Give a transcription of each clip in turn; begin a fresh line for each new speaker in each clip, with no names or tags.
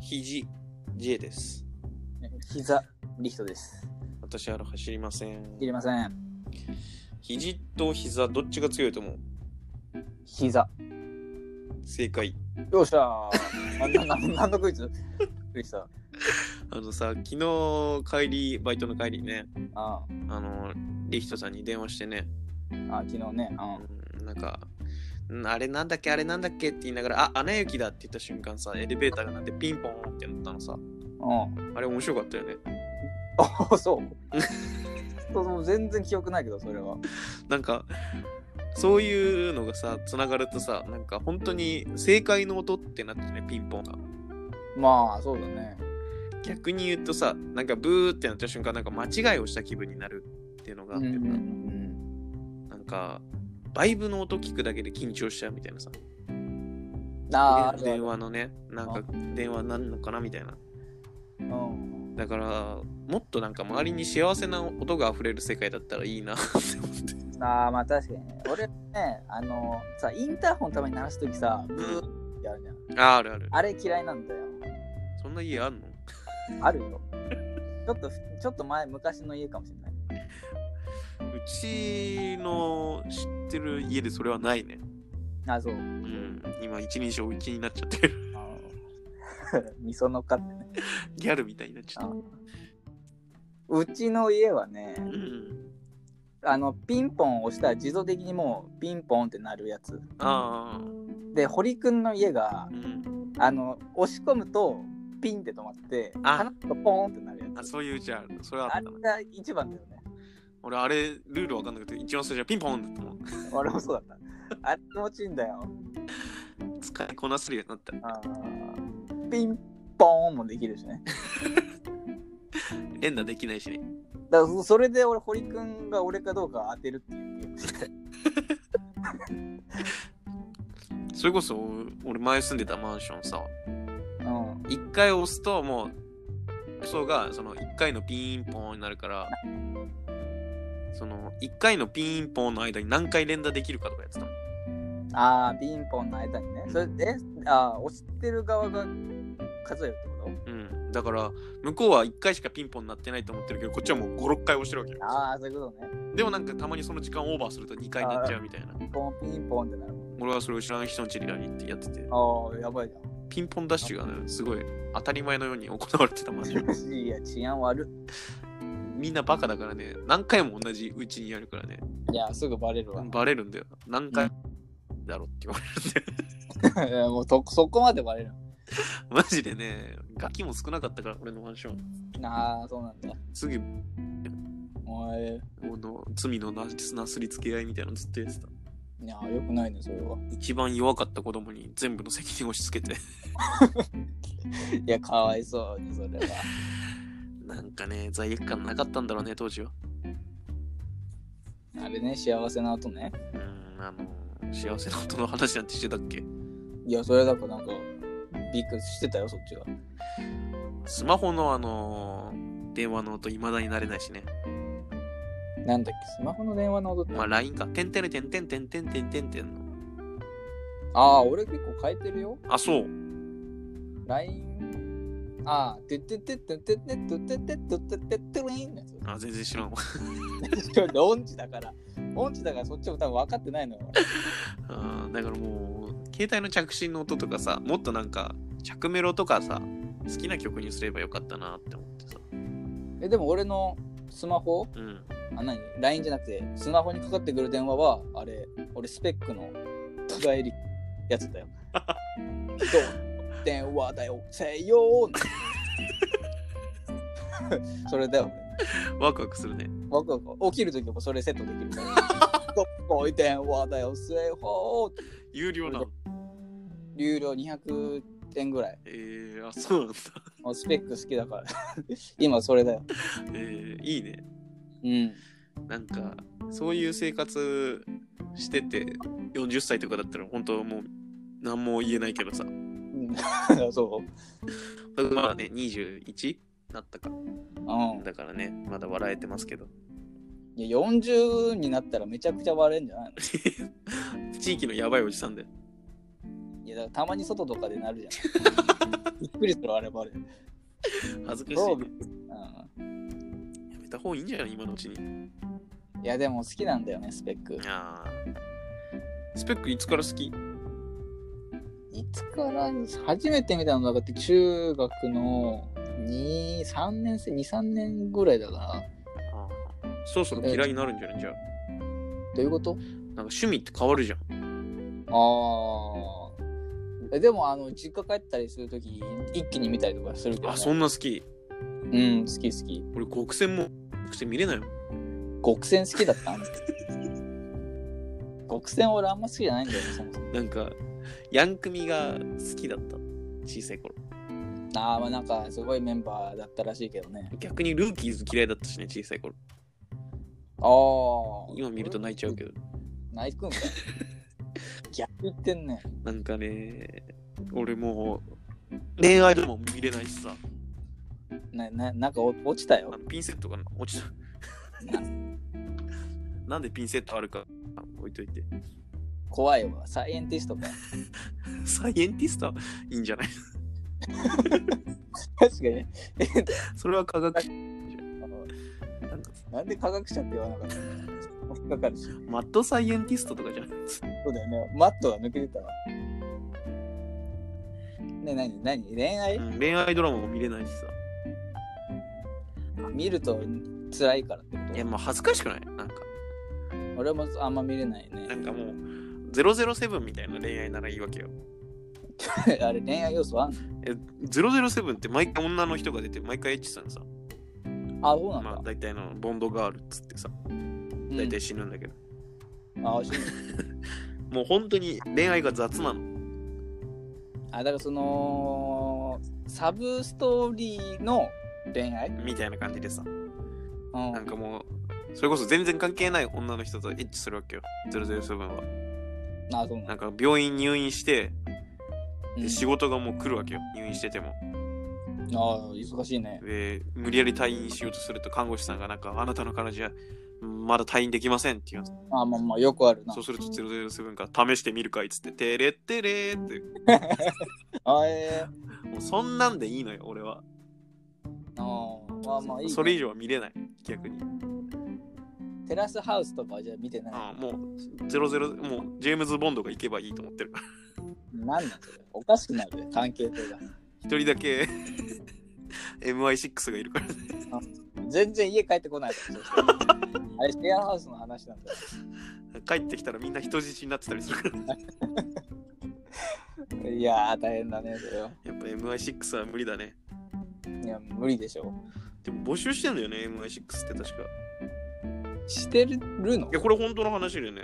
肘 J です。
膝、リヒトです。
私は走りません
入。れません。
肘と膝どっちが強いと思う
膝。
正解。
よっしゃー。な、な、なんのクイズクイズだ。
あのさ、昨日帰り、バイトの帰りね、
あ
あの、リヒトさんに電話してね、
あ、あ昨日ね。あ
うんなんか、うんあれなんだっけあれなんだっけって言いながら、あ、アナ雪だって言った瞬間さ、エレベーターがなってピンポンってなったのさ、
あ。うん。
あれ面白かったよね。
あ、 そう。その全然記憶ないけど、それは。
なんか、そういうのがさ、つながるとさ、なんか本当に正解の音ってなってね、ピンポンが。
まあ、そうだね。
逆に言うとさなんかブーってなった瞬間なんか間違いをした気分になるっていうのがあ
う
っ
ん
て
う
さ、
んうん。
なんかバイブの音聞くだけで緊張しちゃうみたいなさ
あーあるあ
電
る、
話のねなんか電話なんのかなみたいな
うん。
だからもっとなんか周りに幸せな音が溢れる世界だったらいい なって思って
ああ、まあ確かにね。俺ね、あの、さ、インターホンたまに鳴らすときさ、ブーってやるじゃん。
ああるある
あれ嫌いなんだよ。
そんな家あんの
あるよ。ちょっと、ちょっと前、昔の家かもしれない。
うちの知ってる家でそれはないね
あ、そう。
うん今一人称うちになっちゃってる
あの みそのかってね
ギャルみたいになっちゃっ
あ
た
うちの家はね
うん
あのピンポン押したら自動的にもうピンポンってなるやつ
ああ
で堀くんの家が
うん
あの押し込むとピンって止まって
あ
鼻がポーンってなるや
あ
つ
そういうじゃあそれはあ
あ
った
れ
な
が一番だよね
俺あれルールわかんなくて一番最初はピンポンだったもん
俺もそうだったあれ気持ちいいんだよ
使いこなせるようになった
あーピンポーンもできるしね
連打できないしね
だからそそれで俺堀くんが俺かどうか当てるっていうゲームして
それこそ俺前住んでたマンションさ
うん
1回押すともうそうがその1回のピンポンになるからその1回のピンポンの間に何回連打できるかとかやってたもん
ああ、ピンポンの間にね。それで、ああ、押してる側が数えるってこ
うんだから向こうは1回しかピンポンになってないと思ってるけどこっちはもう56回押してるわけよ
とああ、そういうことね。
でもなんかたまにその時間オーバーすると2回になっちゃうみたいな
ピンポン、ピンポンってなる。
俺はそれを知らん人の家にやりってやってて
ああ、やばいじゃん。
ピンポンダッシュがね、すごい当たり前のように行われてたマンション。
いや、治安悪
みんなバカだからね、何回も同じうちにやるからね、
い。いや、すぐバレるわ。
バレるんだよ。何回だろって言われるんだよ。
いや もうとそこまでバレる。
マジでね、ガキも少なかったから、俺のマンション。
ああ、そうなんだ。
すぐ、
お前、
この罪のななすりつけ合いみたいなのずっとやってた。
いや、よくないね、それは。
一番弱かった子供に全部の責任を押し付けて。
いや、かわいそうに、それは。
なんかね、罪悪感なかったんだろうね、当時は。
あれね、幸せな音ね。
うーん、あの、幸せな音の話なんてしてたっけ
いや、それだからなんか、びっくりしてたよ、そっちが。
スマホのあの、電話の音、未だになれないしね。
なんだっけ、スマホの電話の音って。
まあ、LINE か。てんてんてんてんてんてんてんてんてんの。
ああ、俺結構変えてるよ。
あ、そう。
LINE ああ、てってってってってってってってってってってってりんのや
あ、全然知らんわ。
つ。音痴だから、音痴だからそっちも多分分かってないのよ。
あーだからもう、携帯の着信の音とかさ、もっとなんか、着メロとかさ、好きな曲にすればよかったなって思ってさ。
え、でも俺のスマホ、
うん。
あ、何 ?LINE じゃなくて、スマホにかかってくる電話は、あれ、俺スペックの戸田恵梨やつだよ。どう電話だよ、せいよーそれだよ。
ワクワクするね。
ワクワク起きるときもそれセットできるから。どこい電話だよ、せいほー
有料なの。
流量200点ぐらい。
えー、あ、そうなんだ。
もうスペック好きだから。 今それだよ。
えー、いいね。
うん。
なんか、そういう生活してて、40歳とかだったら、本当もう、何も言えないけどさ。
うんそう。
まあね、21? なったか。
うん。
だからね、まだ笑えてますけど。
いや40になったらめちゃくちゃ割れんじゃない
地域のやばいおじさんで。
のいやだからたまに外とかでなるじゃん。びっくりするあれもあれ。
恥ずかしい。
ローブ
や
う
めた方がいいんじゃない今のうちに。
ん、いやでも好きなんだよね、スペック。
あースペックいつから好き
いつから初めて見たのだって中学の2、3年生、2、3年ぐらいだから。
あーそろそろ嫌いになるんじゃないじゃあ。
どういうこと
なんか趣味って変わるじゃん。
ああ。えでもあの実家帰ったりするとき一気に見たりとかするけど、ね。
あ、そんな好き。
うん、好き好き。
俺、極戦も、極戦見れないもん。
極戦好きだった。 極戦俺あんま好きじゃないんだよね、そもそも
なんか、ヤンクミが好きだった。小さい頃。
あーまあなんかすごいメンバーだったらしいけどね。
逆にルーキーズ嫌いだったしね、小さい頃。
ああ。
今見ると泣いちゃうけ
ど。
ど。
泣くんかい。逆言ってんね。
なんかね、俺もう、恋愛でも見れないしさ。
な、な、なんかお落ちた
あ
よ
の。ピンセットが落ちた。 なんでピンセットあるか置いといて。
怖いわ。サイエンティストか。
サイエンティストはいいんじゃない
確かに。
それは科学なんか
なんで科学者って言わなかったの引っかかるし。
マッドサイエンティストとかじゃん。
そうだよね。マットが抜けてたわ。ねえ、なになに恋愛
うん恋愛ドラマも見れないしさ。
見ると辛いからってこ
いや、もう恥ずかしくないなんか、
と俺もあんま見れないね
な。んかもう、007みたいな恋愛ならいいわけよ。
あれ恋愛要素はあんの
え007って毎回女の人が出て、毎回エッチさんさ、
あ、そうなんだ
まあ。大体のボンドガールっつってさ、
うん
大体死ぬんだけど、
あそう
もう本当に恋愛が雑なの。
あ、だからその、サブストーリーの恋愛
みたいな感じでさ、
うん
なんかもう、それこそ全然関係ない女の人とエッチするわけよ、007は。
あ、そうなん
な
だ
んか病院入院して、
う
で
ん
仕事がもう来るわけよ、入院してても。
あー忙しいね。
で、無理やり退院しようとすると看護師さんがなんか、あなたの彼女はまだ退院できませんって言うんです
あ、まあまあ、よくあるな
そう。すると007から試してみるかいっつって、てれってれーって。
あえー、
もうそんなんでいいのよ、俺は。
あーまあまあいいね、
それ以上は見れない、逆に。
テラスハウスとかじゃ見てない。
ああもう、00、もう、ジェームズ・ボンドが行けばいいと思ってる。
なんなんそれおかしくなるね、関係性が。
一人だけ MI6 がいるから。
全然家帰ってこないからそうそう。 あれ、シェアハウスの話なんだよ。
帰ってきたらみんな人質になってたりするから。
いやー、大変だね、それは。
やっぱ MI6 は無理だね。
いや、無理でしょ。
でも募集してんだよね、MI6 って確か。
してるの
いや、これ本当の話だよね。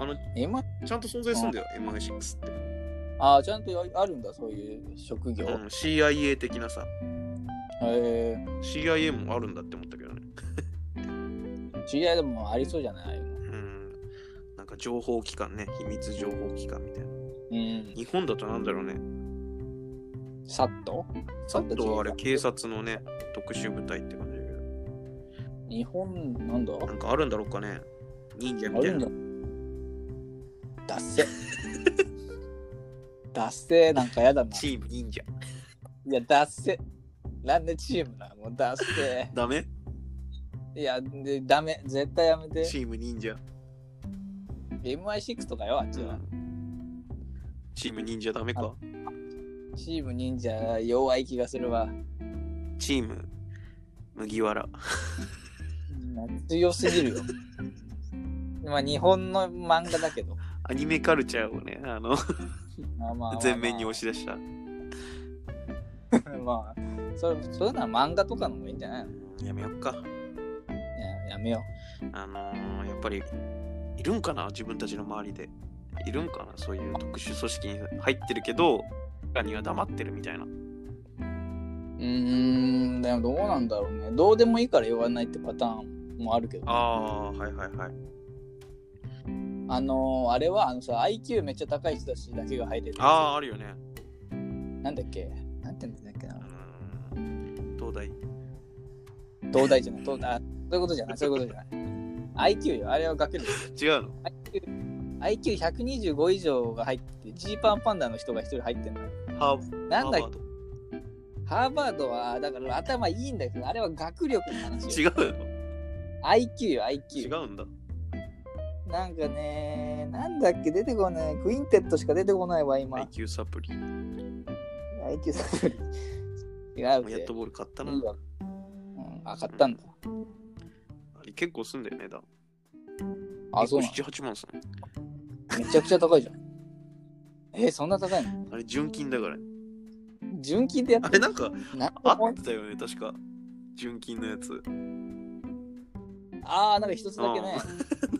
あの、
今
ちゃんと存在するんだよ、MI6 って。
あーちゃんとあるんだ、そういう職業。
うん、CIA 的なさ。
え
CIA もあるんだって思ったけどね。
ー、知り合いでもありそうじゃないああいうの
うん。なんか情報機関ね、秘密情報機関みたいな。
うん。
日本だとなんだろうね。
サッとサ
あとはあれ、警察のね、特殊部隊って感じだけど。
日本なんだ
なんかあるんだろうかね。忍者
あ
みた
る
い
ん
な
だ。。ダッ セ。ダッセなんかやだな。
チーム忍者。
いや、ダッセ。なんでチームなのダッセ。
ダメ
いや、でダメ。絶対やめて。
チーム忍者。
MI6 とかよ、あっちは。
チーム忍者ダメか。
チーム忍者弱い気がするわ。
チーム麦わら。
強すぎるよ。 まあ、日本の漫画だけど。
アニメカルチャーをね、あの、
まあまあまあまあ
全面に押し出した。
まあ、それ、そういうのは漫画とかのもいいんじゃないのい
やめよっか。
ややめよ
あのーやっぱり、いるんかな自分たちの周りで。いるんかなそういう特殊組織に入ってるけど、他には黙ってるみたいな。
う。うーん、でもどうなんだろうね。どうでもいいから言わないってパターンもあるけど、
ああ、はいはいはい。
あのー、あれは、あのさ、IQ めっちゃ高い人たちだけが入れる。
ああ、あるよね。
なんだっけなんて言うんだっけな
う。ーん東大。
東大じゃない。東大あそういうことじゃない。そういうことじゃない。IQ よ。あれは学力。
違うの
IQ, IQ125 以上が入ってて、ジーパンパンダの人が一人入ってんのよ。
ハー
なんだ
ハーバ
っ
ー
けハーバードは、だから頭いいんだけど、あれは学力の話よ。
ド違うの
IQ よ、
違
IQ。
うんだ。
なんかね、なんだっけ、出てこない。クインテットしか出てこないわ、今。
IQ サプリ。
IQ サプリ。違う
やっ
ぜ
とボール買ったな。
いいわうん、あ、買ったんだ。
あれ結構すんだよね、だ。
あ、そうな
7、8万すんの
のめちゃくちゃ高いじゃん。えそんな高いの
あれ、純金だから。
純金でやっ
あ
て
れ、なんか、
なん
あ
かもう
ったよね、確か。純金のやつ。
あー、なんか一つだけね。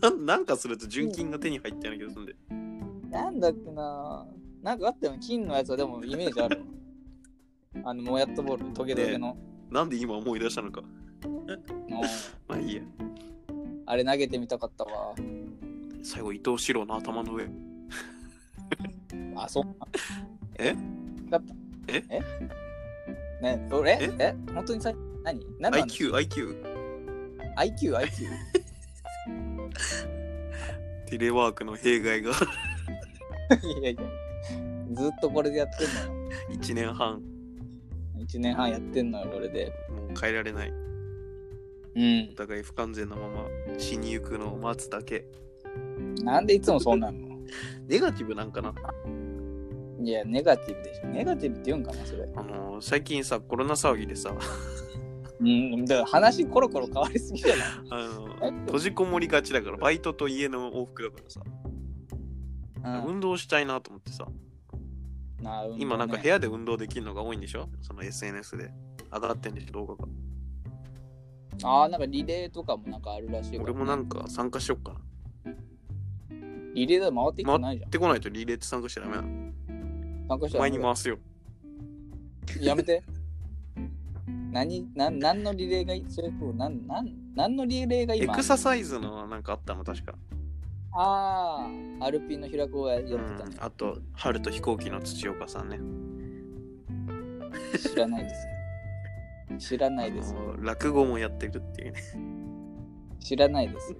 なんなんかすると純金が手に入ったような気がするんで。
なんだっけななんかあったよね。金のやつはでもイメージある わ。あの、もうやっとボール、トゲトゲの。
なんで今思い出したのか。
うん
まあいいや。
あれ投げてみたかったわ。
最後、伊藤四郎の頭の上。
あ、そう。
え
だった。
え
えねどれ
え
え本当にさ、何何なんだ
IQ、IQ。
IQ、IQ。
テレワークの弊害が
いやいや。ずっとこれでやってんのよ。
1年半、
1年半やってんのよ、これで。
もう変えられない。
うん
お。互い不完全なまま死に行くのを待つだけ。
なんでいつもそうなの
ネガティブなんかない
や、ネガティブでしょ。ネガティブって言うんかな、それ。
あのー最近さ、コロナ騒ぎでさ、
うん、だから話コロコロ変わりすぎじゃない
あのー閉じこもりがちだから、バイトと家の往復だからさ、運動したいなと思ってさ、
な運動ね
今なんか部屋で運動できるのが多いんでしょその SNS で上がってんでしょ、動画が。
ああ、なんかリレーとかもなんかあるらしいから
俺もなんか参加しよっかな。
リレーだと回ってきてないじゃん。
ってこないとリレーって参加しちゃダメなの。
参加し
お
たら
前に回すよ。
やめて。 何、何、何のリレーがいいそれとも何、何、何のリレーが
エ
今
クササイズのなんかあったの、確か。
ああ、アルピンの平子がやって
う
た
ん
の、
あと、春と飛行機の土岡さんね。
知らないです。知らないで
あ。
す
のー落語もやってるっていうね。
知らないです。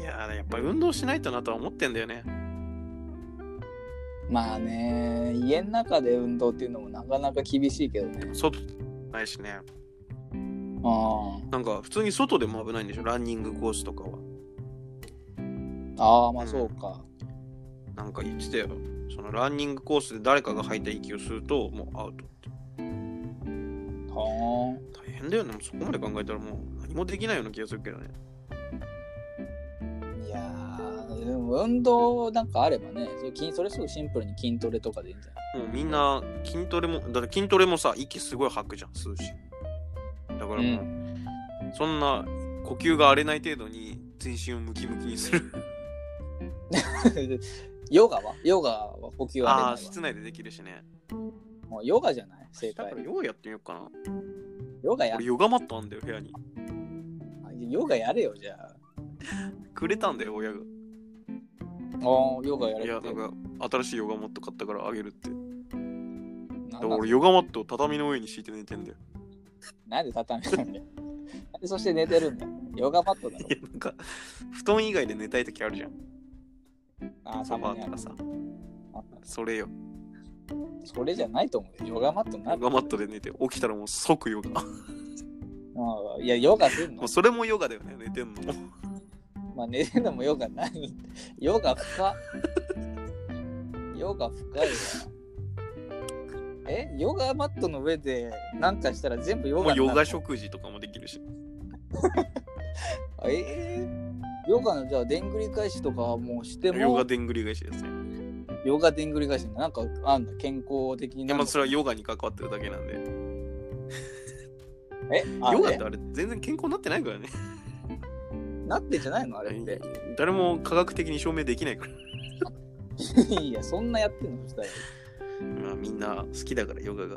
いやー、やっぱ運動しないとなとは思ってんだよね。
まあね、家の中で運動っていうのもなかなか厳しいけどね。
外ないしね。
あ
なんか普通に外でも危ないんでしょランニングコースとかは。
あ、ああ、まあそうか。
なんか言ってたよ。そのランニングコースで誰かが吐いた息をするともうアウトって。
は
大変だよね。そこまで考えたらもう何もできないような気がするけどね。
あ。いやー、でも運動なんかあればね、それ筋それすごいシンプルに筋トレとかでいいんじゃない
もうみんな筋トレも、だって筋トレもさ、息すごい吐くじゃん、吸うし。だからもう、
う
そんな呼吸が荒れない程度に全身をムキムキにする。
ヨガはヨガは呼吸は
ああ、
あれない
室内でできるしね。
わもうヨガじゃない正
だ
解
か。らヨガやってみようかな。
ヨガや
俺ヨガマットあんだよ、部屋に。
ヨガやれよ、じゃあ。
くれたんだよ、親が。
ああ、ヨガやれ
い
って。
や、なんか新しいヨガマット買ったからあげるって。
なん
だから
だ
俺ヨガマットを畳の上に敷いて寝てんだよ。
なんで畳なんだよ。 なんでそして寝てるんだよ。ヨガマットだ ろ
い。やなんか布団以外で寝たい時あるじゃん。
ああ、
ソ
た
フ
ま
ァー
にあ
と
る
かさ。それよ。
それじゃないと思うよ。ヨガマットな
ヨ
んだ
ガマットで寝て起きたらもう即ヨガ。も
うんいや、ヨガすんの
う。それもヨガだよね、寝てんのも。
まあ、寝てるのもヨガない。 ヨガ深っ。ヨガ深いわ。えヨガマットの上でなんかしたら全部ヨ
も
ガ
う
になる
ヨ
の
ガ食事とかもできるし。
えー、ヨガのじゃあでんぐり返しとかはもうしても
ヨガでんぐり返しですね。
ヨガでんぐり返しなんかあんだ健康的に
いや
な
ま
る
あそれはヨガに関わってるだけなんで。
えあ
ヨガっ
え
てあれ全然健康になってないからね。
なってんじゃないのあれって
誰も科学的に証明できないから。
いやそんなやってんのそしたら
まあみんな好きだからヨガが。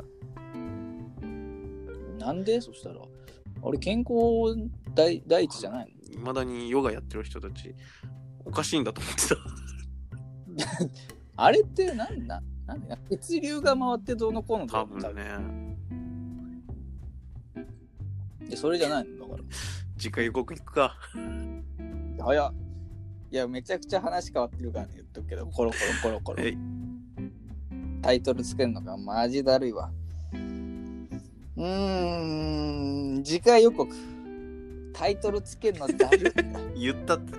なんでそしたらあれ健康第第一じゃないの
いまだにヨガやってる人たち、おかしいんだと思ってた。
あれってなんだなんだ血流が回ってどうのこうのと
多
か
分ね。
いやそれじゃないのだか
次回予告行くか。
ら早っいや、めちゃくちゃ話変わってるからね、言っとくけど、コロコロコロコロ
え。
タイトルつけるのがマジだるいわ。うーん、次回予告。タイトルつけるのだるい。
言ったって。